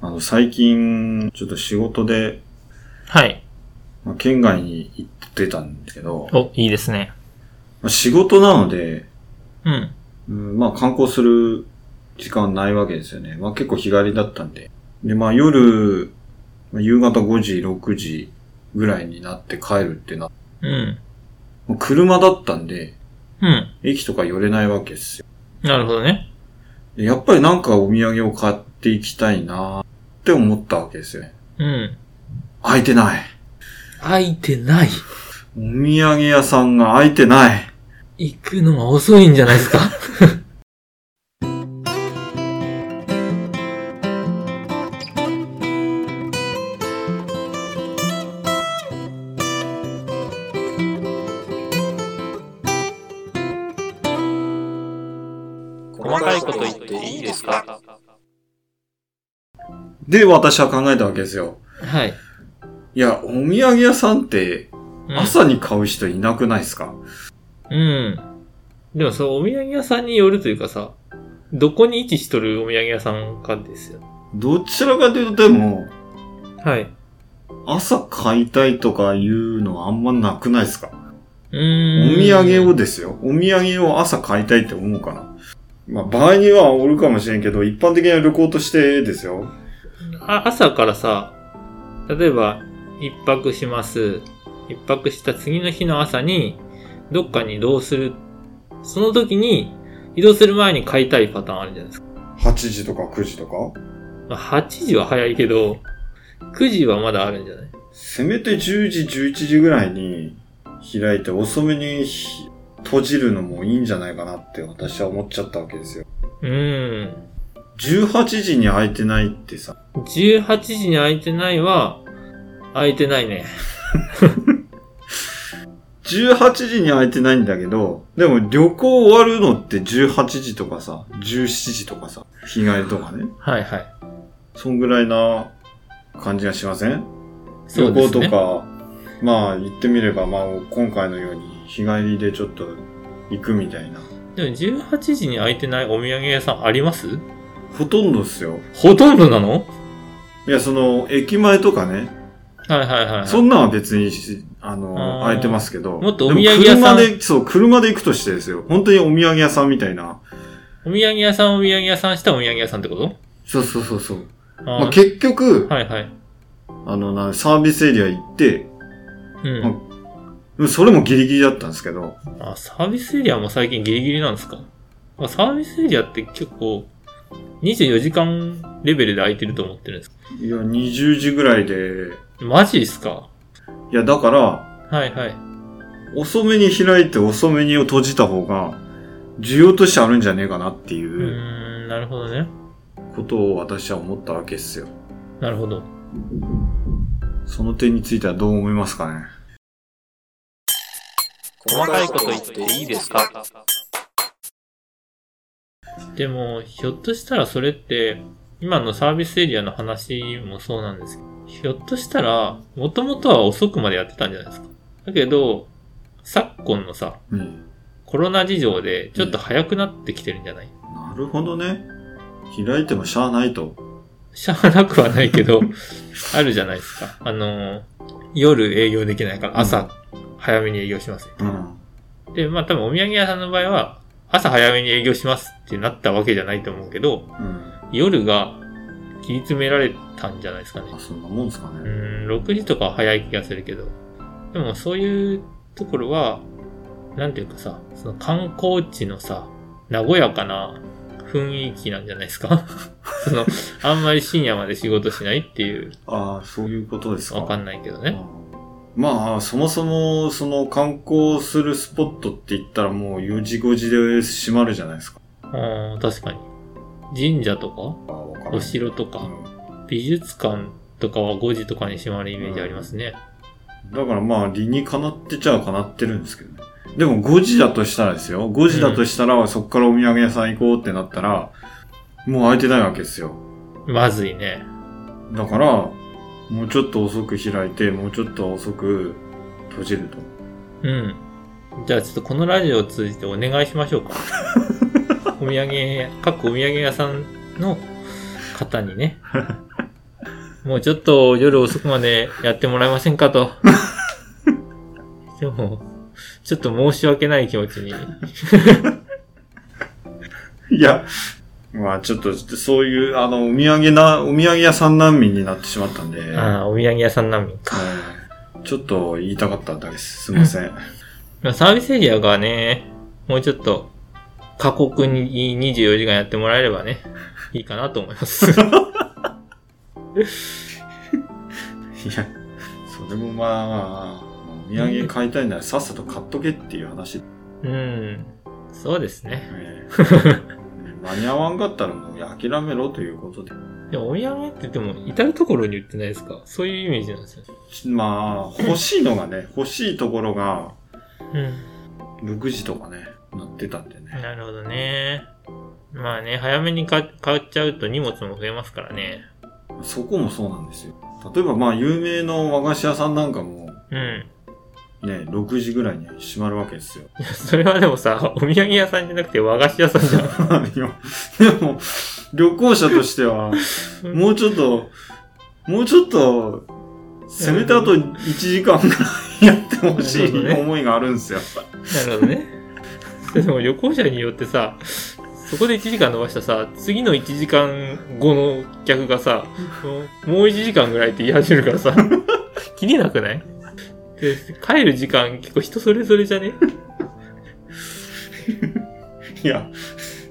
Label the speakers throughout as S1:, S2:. S1: あの、最近、ちょっと仕事で、
S2: はい。
S1: まあ、県外に行ってたんですけど、
S2: お、いいですね。
S1: まあ、仕事なので、
S2: うん。
S1: うん、まあ観光する時間ないわけですよね。まあ結構日帰りだったんで。で、まあ夜、まあ夕方5時、6時ぐらいになって帰るってな、
S2: うん。
S1: まあ車だったんで、
S2: うん。
S1: 駅とか寄れないわけですよ。
S2: なるほどね。
S1: でやっぱりなんかお土産を買っていきたいなって思ったわけですよね。
S2: うん。
S1: 空いてない。
S2: 空いてない。
S1: お土産屋さんが空いてない。
S2: 行くのは遅いんじゃないですか。
S3: 細かいこと言っていいですか
S1: で、私は考えたわけですよ。
S2: はい。
S1: いや、お土産屋さんって
S2: うん、
S1: 朝に買う人いなくないですか、
S2: うん。でも、そのお土産屋さんによるというかさ、どこに位置しとるお土産屋さんかですよ。
S1: どちらかというとでも、
S2: はい。
S1: 朝買いたいとかいうのはあんまなくないですか
S2: う
S1: お
S2: ーん。
S1: 土産を。ですよ。お土産を朝買いたいって思うかな。まあ、場合にはおるかもしれんけど、一般的な旅行としてですよ。
S2: あ朝からさ、例えば、一泊します。一泊した次の日の朝に、どっかに移動する。その時に、移動する前に買いたいパターンあるじゃないですか。
S1: 8時とか9時とか
S2: まあ、8時は早いけど、9時はまだあるんじゃない
S1: せめて10時、11時ぐらいに開いて遅めにひ閉じるのもいいんじゃないかなって私は思っちゃったわけですよ。
S2: うーん。
S1: 18時に空いてないってさ、
S2: 18時に空いてないは、空いてないね。
S1: 18時に空いてないんだけど、でも旅行終わるのって18時とかさ、17時とかさ、日帰りとかね。
S2: はいはい。
S1: そんぐらいな感じがしません、
S2: そ
S1: 旅
S2: うで
S1: 行
S2: す
S1: と
S2: ね。
S1: か、まあ言ってみれば、まあ今回のように日帰りでちょっと行くみたいな。
S2: でも18時に空いてないお土産屋さんあります
S1: ほとんどっすよ。
S2: ほとんどなの
S1: いや、その、駅前とかね、
S2: はいはいはいはい。
S1: そんなんは別にし、あの、
S2: あー
S1: 空いてますけど。
S2: もっとお土産屋さん
S1: でも車で、そう、車で行くとしてですよ。本当にお土産屋さんみたいな。
S2: お土産屋さん、お土産屋さんしたお土産屋さんってこと
S1: そうそうそうそう。
S2: あ
S1: まあ、結局、
S2: はいはい。
S1: あのな、サービスエリア行って、
S2: うん。
S1: それもギリギリだったんですけど、
S2: あ、サービスエリアも最近ギリギリなんですかあサービスエリアって結構、24時間レベルで空いてると思ってるんですか
S1: いや、20時ぐらいで、
S2: マジっすか
S1: いや、だから、
S2: はいはい。
S1: 遅めに開いて遅めに閉じた方が、需要としてあるんじゃねえかなって
S2: うー、
S1: いうん
S2: なるほどね。
S1: ことを私は思ったわけですよ。
S2: なるほど。
S1: その点についてはどう思いますかね。
S3: 細かいこと言っていいですか
S2: でも、ひょっとしたらそれって、今のサービスエリアの話もそうなんですけど、ひょっとしたら、もともとは遅くまでやってたんじゃないですか。だけど、昨今のさ、
S1: うん。
S2: コロナ事情でちょっと早くなってきてるんじゃない、
S1: なるほどね。開いてもしゃあないと。
S2: しゃあなくはないけど、あるじゃないですか。あの、夜営業できないから朝早めに営業します。
S1: うん。
S2: で、まあ多分お土産屋さんの場合は、朝早めに営業しますってなったわけじゃないと思うけど、
S1: うん。
S2: 夜が切り詰められたんじゃないですかね。
S1: あ、そんなもんですか
S2: う
S1: ね。
S2: ーん、6時とかは早い気がするけど。でもそういうところは、なんていうかさ、その観光地のさ、和やかな雰囲気なんじゃないですか その、あんまり深夜まで仕事しないっていう、
S1: ああ、そういうことですか。
S2: わかんないけどね。
S1: うんまあ、そもそも、その観光するスポットって言ったらもう4時5時で閉まるじゃないですか。
S2: うん、確かに。神社とか、
S1: あわか
S2: お城と
S1: う
S2: か、
S1: ん
S2: 美術館とかは5時とかに閉まるイメージありますね。
S1: だからまあ、理にかなってちゃかなってるんですけどね。でも5時だとしたらですよ。5時だとしたら、そっからお土産屋さん行こうってなったら、もう空いてないわけですよ。
S2: まずいね。
S1: だから、もうちょっと遅く開いて、もうちょっと遅く閉じると。
S2: うん。じゃあちょっとこのラジオを通じてお願いしましょうか。お土産、各お土産屋さんの方にね、もうちょっと夜遅くまでやってもらえませんかと。でも、ちょっと申し訳ない気持ちに。
S1: いや、まあちょっと、そういう、あの、お土産な、お土産屋さん難民になってしまったんで、
S2: ああ、お土産屋さん難民か。
S1: はいちょっと言いたかっただけです。すいません。
S2: まあサービスエリアがね、もうちょっと過酷に24時間やってもらえればね、いいかなと思います。
S1: いや、それもまあまあ、お土産買いたいならさっさと買っとけっていう話。
S2: うん。そうですね。
S1: ええ間に合わんかったらもう諦めろということで。
S2: でもお土産って言っても、至るところに売ってないですかそういうイメージなんですよ。
S1: まあ、欲しいのがね、欲しいところが
S2: うん。
S1: 6時とかね、なってたんでね。
S2: なるほどね。まあね、早めに買買っちゃうと荷物も増えますからね。
S1: そこもそうなんですよ。例えばまあ、有名の和菓子屋さんなんかも、
S2: うん。
S1: ね、6時ぐらいに閉まるわけですよ。
S2: いや、 それはでもさ、お土産屋さんじゃなくて和菓子屋さんじゃん。
S1: いやでも、旅行者としては、もうちょっと、もうちょっと、せめてあと1時間ぐらいやってほし
S2: なるほどね
S1: い思いがあるんですよ、やっぱ
S2: なるほどね。 でも旅行者によってさ、そこで1時間伸ばしたさ、次の1時間後の客がさ、もう1時間ぐらいって言い始めるから さ、切りなくないで帰る時間結構人それぞれじゃね
S1: り。いや、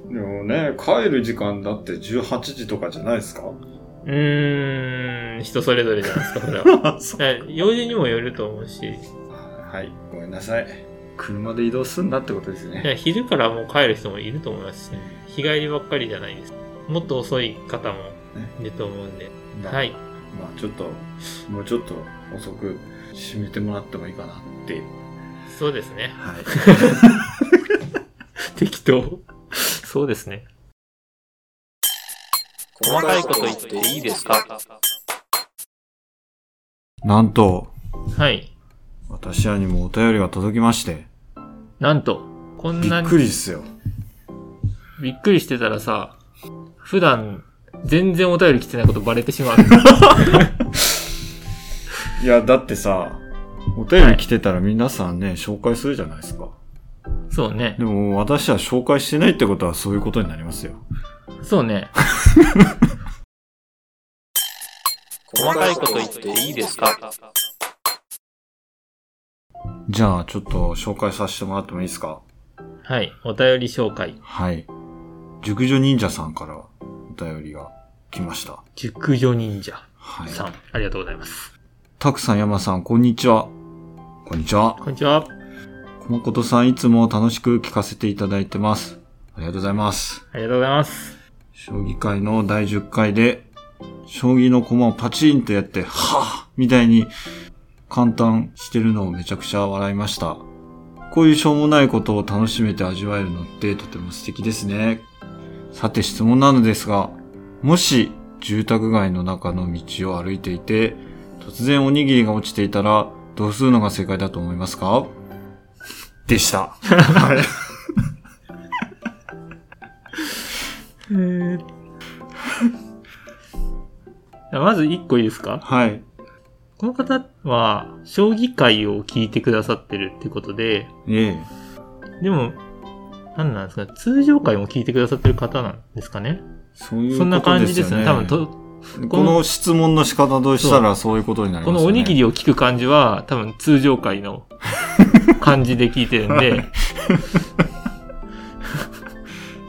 S1: でもね、帰る時間だって18時とかじゃない ですか
S2: うーん、人それぞれじゃないですか、これ は。だか
S1: そ
S2: ら用事にもよると思うし、いう
S1: はい、ごめんなさい。車で移動すんなってことですね。
S2: や昼からもう帰る人もいると思いますし、日帰りばっかりじゃないです。もっと遅い方もいると思うんで、
S1: まあ
S2: は。い。
S1: まあちょっと、もうちょっと遅く閉めてもらってもいいかなって。
S2: そうですね。
S1: はい。
S2: 適当。そうですね。
S3: 細かいこと言っていいですか
S1: なんと、
S2: はい。
S1: 私らにもお便りが届きまして、
S2: なんと、こん
S1: び
S2: な
S1: っ
S2: に
S1: くりっすよ。
S2: びっくりしてたらさ、普段、全然お便り来てないことバレて しまう。
S1: いや、だってさ、お便り来てたら皆さんね、紹介するじゃないですか。
S2: そうね
S1: で。も、私は紹介してないってことはそういうことになりますよ。
S2: そうね。
S3: 細かいこと言っていいですか
S1: じゃあ、ちょっと紹介させてもらってもいいですか
S2: はい。お便り紹介。
S1: はい。熟女忍者さんからお便りが来ました。
S2: 熟女忍者
S1: はい。
S2: さん。ありがとうございます。
S1: たくさん、山さん、こんにちは。こんにちは。
S2: こんにちは。
S1: こまことさん、いつも楽しく聞かせていただいてます。ありがとうございます。
S2: ありがとうございます。
S1: 将棋界の第10回で、将棋の駒をパチンとやって、はぁみたいに、簡単してるのをめちゃくちゃ笑いました。こういうしょうもないことを楽しめて味わえるのってとても素敵ですね。さて質問なのですが、もし住宅街の中の道を歩いていて、突然おにぎりが落ちていたら、どうするのが正解だと思いますかでした。はい
S2: え ー、まず一個いいですか
S1: はい。
S2: この方は、将棋界を聞いてくださってるってことで、
S1: ええ。
S2: でも、なんなんですか通常回も聞いてくださってる方なんですかね
S1: そういう
S2: そんな
S1: こと
S2: 感
S1: で
S2: じ
S1: す
S2: で
S1: よ
S2: すよね。多分と、
S1: この質問の仕方としたらそういうことになり
S2: こ
S1: ますよね。
S2: のおにぎりを聞く感じは、多分通常 回の感じで聞いてるんで、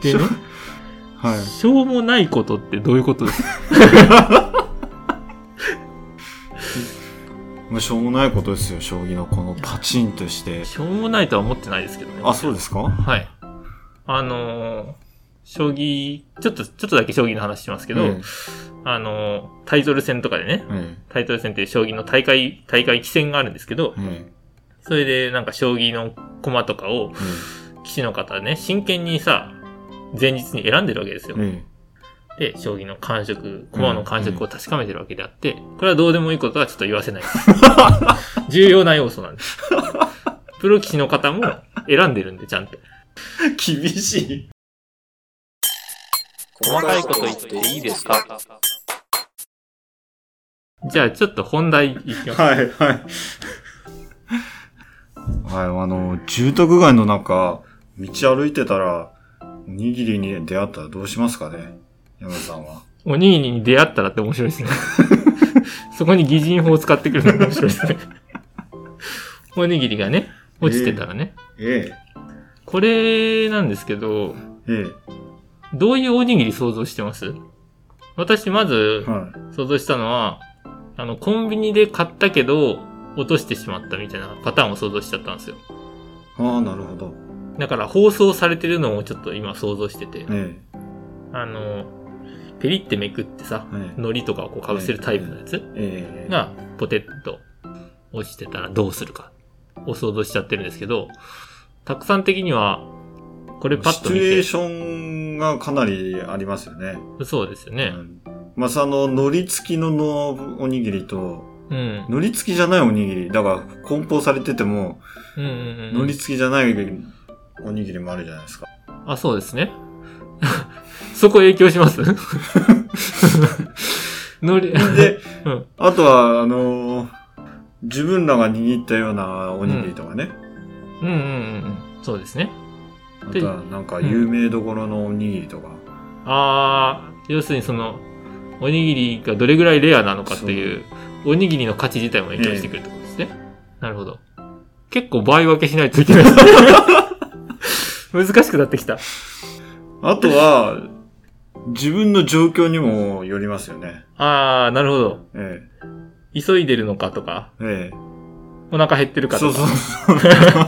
S2: でね、
S1: はい。
S2: しょうもないことってどういうことですか
S1: まあ、しょうもないことですよ、将棋のこのパチンとして。
S2: しょうもないとは思ってないですけどね。
S1: あ、そうですか
S2: はい。あのー将棋、ちょっと、ちょっとだけ将棋の話しますけど、
S1: え
S2: あのータイトル戦とかでね、
S1: ええ
S2: タイトル戦っていう将棋の大会、大会棋戦があるんですけど
S1: え、え
S2: それでなんか将棋の駒とかを
S1: え
S2: 棋士の方ね、真剣にさ、前日に選んでるわけですよ。
S1: え
S2: で、将棋の感触、駒の感触を確かめてるわけであって、これはどうでもいいことはちょっと言わせ ないです。重要な要素なんです。プロ棋士の方も選んでるんで、ちゃんと。
S1: え厳しい。
S3: 細かいこと言っていいですか
S2: じゃあちょっと本題いきます。
S1: はい、はい。はい、あの、住宅街の中、道歩いてたら、おにぎりに出会ったらどうしますかね山田さんは。
S2: おにぎりに出会ったらって面白いです ね。そこに擬人法を使ってくるのが面白いです ね。おにぎりがね、落ちてたらね。
S1: え
S2: これなんですけど、
S1: え、え
S2: どういうおにぎり想像してます私まず
S1: え、は
S2: 想像したのは、あの、コンビニで買ったけど、落としてしまったみたいなパターンを想像しちゃったんですよ。
S1: い。ああ、なるほど。
S2: だから放送されてるのをちょっと今想像してて、
S1: え
S2: あの、ペリってめくってさ
S1: え、、はい
S2: 海苔とかをこう被せるタイプのやつ
S1: ええ、
S2: がポテッと落ちてたらどうするかを想像しちゃってるんですけど、たくさん的には、これパ
S1: シ
S2: ッ
S1: チ
S2: と見
S1: ュエ
S2: て
S1: ー、ションがかなりありますよね。
S2: そうですよ
S1: う
S2: ね。
S1: んまあ、その、海苔付きののおにぎりと、
S2: うん。
S1: 海苔付きじゃないおにぎり。だから、梱包されてても、
S2: うんうんうん
S1: 海苔付きじゃないおにぎりもあるじゃないですか。
S2: あ、そうですね。 そこ影響します のり、
S1: で、
S2: うん。
S1: あとは、あのー自分らが握ったようなおにぎりとかね。
S2: うんうんうんうん。そうですね。
S1: あとは、なんか、有名どころのおにぎりとか。
S2: あー、要するにその、おにぎりがどれぐらいレアなのかっていう、おにぎりの価値自体も影響してくるってことですね。なるほど。結構倍分けしないといけ ない。難しくなってきた。
S1: あとは、自分の状況にもよりますよね。
S2: あー、なるほど。
S1: え
S2: 急いでるのかとか、
S1: え。え
S2: お腹減ってる
S1: え。
S2: か
S1: そう
S2: とか。
S1: そう。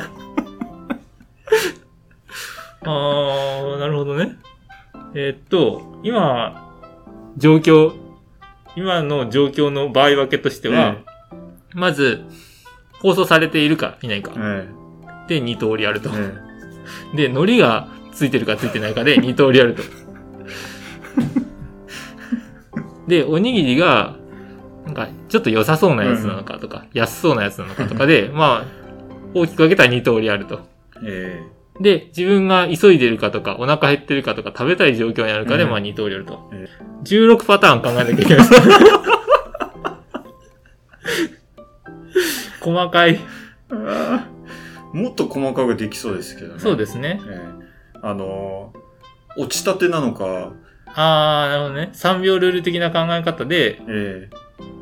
S2: あー、なるほどね。えーっと、今、状況、今の状況の場合分けとしては、まず、放送されているかいないか。
S1: え
S2: で、2通りあると
S1: え。。え
S2: で、海苔がついてるかついてないかで2通りあると。で、おにぎりが、なんか、ちょっと良さそうなやつなのかとか、安そうなやつなのかとかで、まあ、大きく分けたら2通りあると。
S1: え。え
S2: で、自分が急いでるかとか、お腹減ってるかとか、食べたい状況にあるかで、
S1: うん
S2: まあ2通りあると
S1: え。
S2: 16パターン考えなきゃいけない。 細かい。
S1: えああもっと細かくできそうですけどね。
S2: そう
S1: す。
S2: ですね。
S1: ええ。あのー落ちたてなのか、
S2: あー、なるほどね。3秒ルール的な考え方で、
S1: ええ。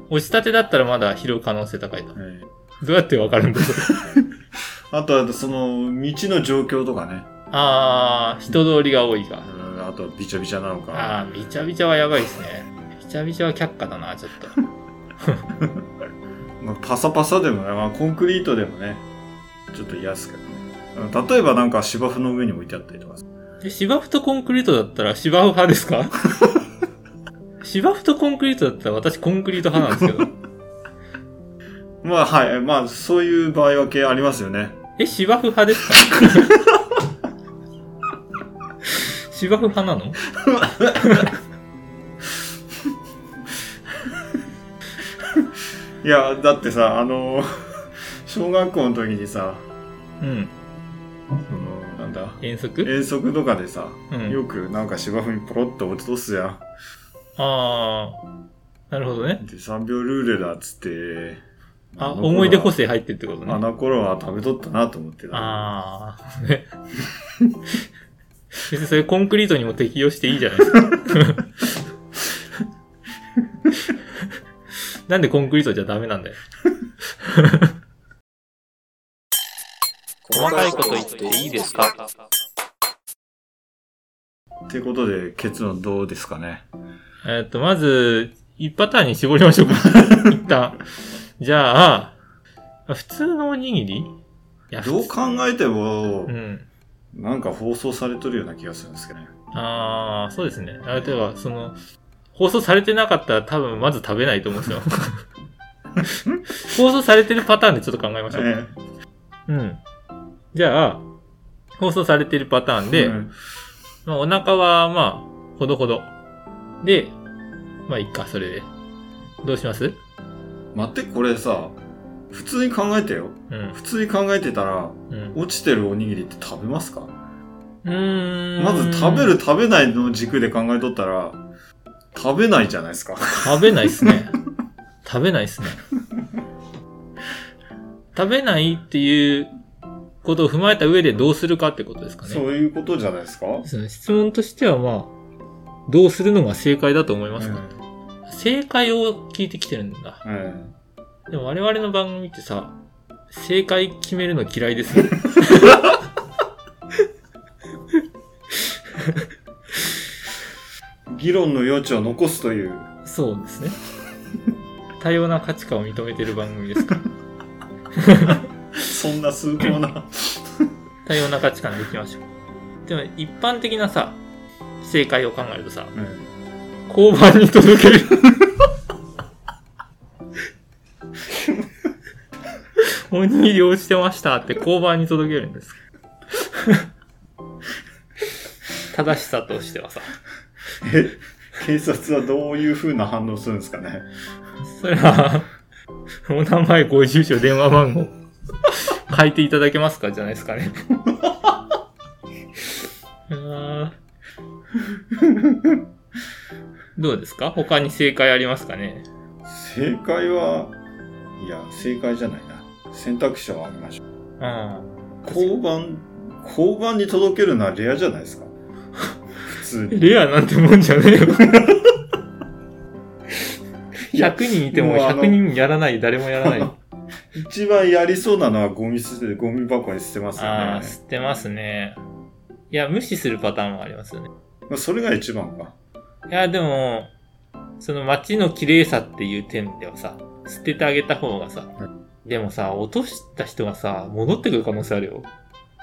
S2: 押し立てだったらまだ拾う可能性高いと。
S1: ええ。
S2: どうやってわかるん だろう。
S1: あとは、その、道の状況とかね。
S2: あー、人通りが多いか
S1: う。んあと、びちゃびちゃなのか。
S2: あー、びちゃびちゃはやばいですね。びちゃびちゃは却下だな、ちょっと。
S1: まあ、パサパサでもね、まあ、コンクリートでもね、ちょっと嫌ですけどね。あの例えばなんか芝生の上に置いてあったりとか。
S2: え、芝生とコンクリートだったら芝生 派ですか芝生とコンクリートだったら私コンクリート派なん ですけど。
S1: まあはい、まあそういう場合分けありますよね。
S2: え、芝生派 ですか芝生派なの
S1: いや、だってさ、あの 小学校の時にさ、
S2: うん。
S1: その、なんだ、
S2: 遠足
S1: 遠足とかでさ、
S2: うん。
S1: よくなんか芝生にポロッと落とすじゃ
S2: あー、なるほどね。
S1: ん。で、3秒ルールだっつって、
S2: あ、
S1: の頃は
S2: 思い出補。正入ってるってことね。
S1: あの頃は食べとったなと思ってた。
S2: ああ、ね。 別にそれコンクリートにも適用していいじゃないですか。 なんでコンクリートじゃダメなんだよ。
S3: 細かいこと言っていいですか
S1: ってことで、結論どうですかね。
S2: えっと、まず、一パターンに絞りましょうか。 一旦。じゃあ、普通のおにぎりいや
S1: どう考えても
S2: う、ん。
S1: なんか放送されとるような気がするんですけどね。
S2: ああ、そうですね。あ例えば、その、放送されてなかったら多分まず食べないと思うん ですよ。放送されてるパターンでちょっと考えましょうか。うん。じゃあ、放送されてるパターンで、
S1: うん
S2: まあ、お腹は、まあ、ほどほど。で、まあ、いっか、それで。どうします
S1: 待って、これさ、普通に考えてよ。
S2: うん。
S1: 普通に考えてたら、
S2: うん。
S1: 落ちてるおにぎりって食べますか
S2: うーん
S1: まず食べる。食べないの軸で考えとったら、食べないじゃないですか。
S2: 食べないっすね。食べないっすね。食べないっていうことを踏まえた上でどうするかってことですかね。
S1: そういうことじゃないですか
S2: ですね質問としてはまあ、どうするのが正解だと思いますか、正解を聞いてきてるんだ。
S1: うんうん
S2: でも我々の番組ってさ、正解決めるの嫌いですね。
S1: 議論の余地を残すという。
S2: そうですね。多様な価値観を認めてる番組です から。
S1: そんな崇高 な。
S2: 多様な価値観でいきましょう。でも一般的なさ、正解を考えるとさ、交番に届ける。おにぎり落ちてましたって交番に届けるんです。正しさとしてはさ、
S1: え、警察はどういう風な反応するんですかね。
S2: それは、お名前、ご住所、電話番号、書いていただけますかじゃないですかね。うーんどうですか他に正解ありますかね
S1: 正解は、いや、正解じゃないな。選択肢をあげましょう。
S2: うん。
S1: 交番、交番に届けるのはレアじゃないですか。普通に。
S2: レアなんてもんじゃねえよ。
S1: いや
S2: 100人いても
S1: もうあの
S2: 100人やらない、誰もやらない。あ
S1: 一番やりそうなのはゴミ捨てて、ゴミ箱に捨てますよ
S2: あー、
S1: ね。
S2: 吸ってますね。いや、無視するパターンもありますよね。
S1: まあ、それが一番か。
S2: いや、でも、その街の綺麗さっていう点ではさ、捨ててあげた方がさ、でもさ、落とした人がさ、戻ってくる可能性あるよ。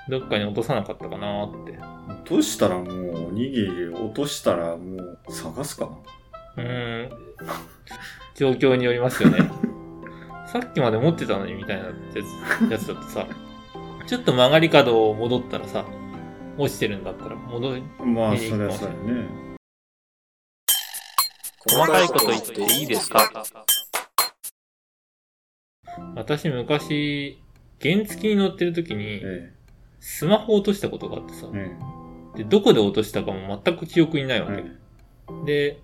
S2: どっかに落とさなかったかなーって。
S1: 落としたらもう、おにぎり落としたらもう、探すかな。
S2: うーん、状況によりますよね。さっきまで持ってたのにみたいなやつやつだとさ、ちょっと曲がり角を戻ったらさ、落ちてるんだったら戻り、
S1: まあ、
S2: 見に
S1: そ
S2: 行
S1: れ
S2: く
S1: はそ
S2: かもしれ
S1: れ
S2: ない
S1: ね。
S3: 細かいこと言っていいですか
S2: 私昔、原付に乗ってる時に、
S1: え
S2: スマホ落としたことがあってさ、
S1: え。え
S2: で、どこで落としたかも全く記憶にないわ
S1: え。
S2: け。
S1: え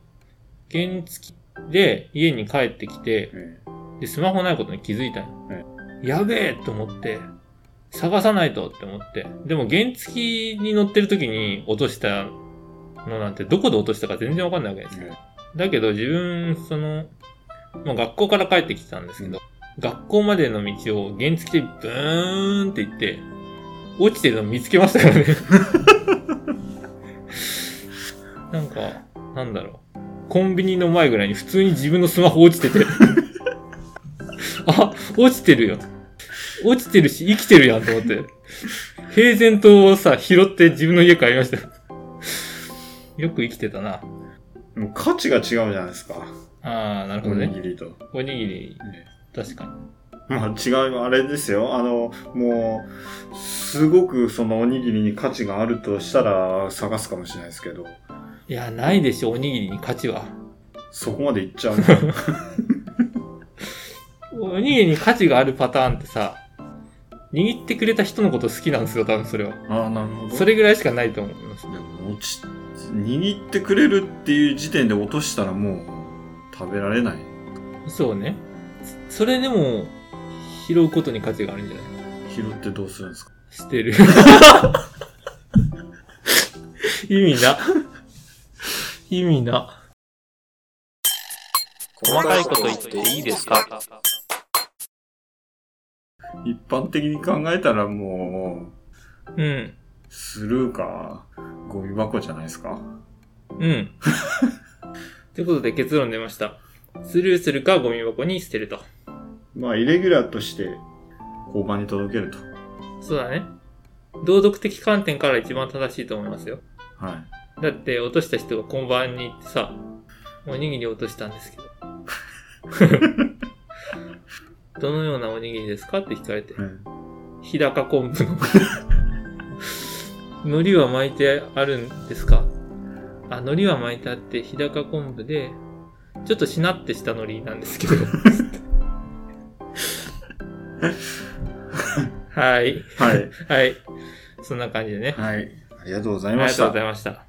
S2: で、原付で家に帰ってきて、
S1: え
S2: で、スマホないことに気づいたんよ
S1: え
S2: やべえと思って、探さないとって思って。でも原付に乗ってる時に落としたのなんてどこで落としたか全然わかんないわけですよ。
S1: え
S2: だけど自分、その、まあ、学校から帰ってきてたんですけど、学校までの道を原付でブーンって行って、落ちてるの見つけましたからね。なんか、なんだろう。コンビニの前ぐらいに普通に自分のスマホ落ちて て。あ、落ちてるよ。落ちてるし、生きてるやんと思って。平然とさ、拾って自分の家帰りましたよ。よく生きてたな。
S1: でも価値が違うじゃないですか。
S2: ああ、なる
S1: お
S2: ほど
S1: に
S2: ね。
S1: ぎりと。
S2: おにぎり、
S1: ね
S2: 確かに。
S1: まあ違う、あれですよ。あの、もう、すごくそのおにぎりに価値があるとしたら探すかもしれないですけど、
S2: いや、ないでしょ、おにぎりに価値は。
S1: そこまでいっちゃ うな
S2: おにぎりに価値があるパターンってさ、握ってくれた人のこと好きなんですよ、多分それは。
S1: ああ、なるほ
S2: それぐらいしかないと思います。
S1: でも落ち、握ってくれるっていう時点で落としたらもう、食べられない。
S2: そうね。それでも、拾うことに価値があるんじゃない
S1: 拾ってどうするんですか
S2: 捨てる。意味な。意味な。
S3: 細かいこと言っていいですか
S1: 一般的に考えたらも
S2: うん。
S1: う、スルーか、ゴミ箱じゃないですか。
S2: うん。ということで結論出ました。スルーするかゴミ箱に捨てると。
S1: まあ、イレギュラーとして、交番に届けると。
S2: そうだね。道徳的観点から一番正しいと思いますよ。
S1: はい。
S2: だって落とした人がこんばんに行ってさ、おにぎり落としたんですけど。 どのようなおにぎりですかって聞かれて。
S1: うん
S2: 日高昆布の。 海苔は巻いてあるんですかあ、海苔は巻いてあって、日高昆布で、ちょっとしなってした海苔なんですけど。は
S1: は
S2: い。
S1: い。
S2: はい。そんな感じでね。
S1: はい。ありがとうござ
S2: あ
S1: い
S2: り
S1: ま
S2: が
S1: し
S2: と
S1: た
S2: うござ。いました。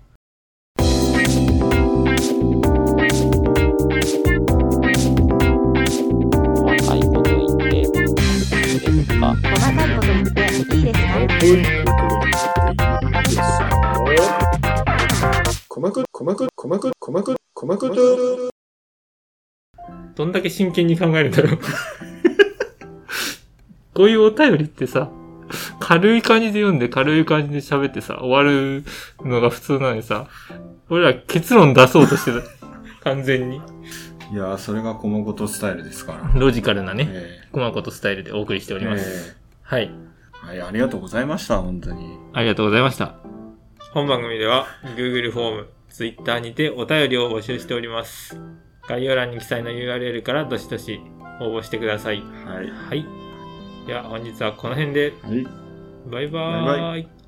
S2: どんだけ真剣に考えるんだろう。 こういうお便りってさ、軽い感じで読んで軽い感じで喋ってさ、終わるのが普通なのにさ、俺ら結論出そうとして た。完全に。
S1: いやー、それがこのことスタイルですから。
S2: ロジカルなね、
S1: え
S2: コマコとスタイルでお送りしてお
S1: え
S2: ります。はい。
S1: はい、ありがとうございました、本当に。
S2: ありがとうございました。本番組では Google フォーム、Twitter にてお便りを募集しております。概要欄に記載の URL からどしどし応募してください。
S1: はい。
S2: はい。では本日はこの辺で、
S1: はい。
S2: バイ
S1: バイ
S2: バ
S1: バ
S2: ーイ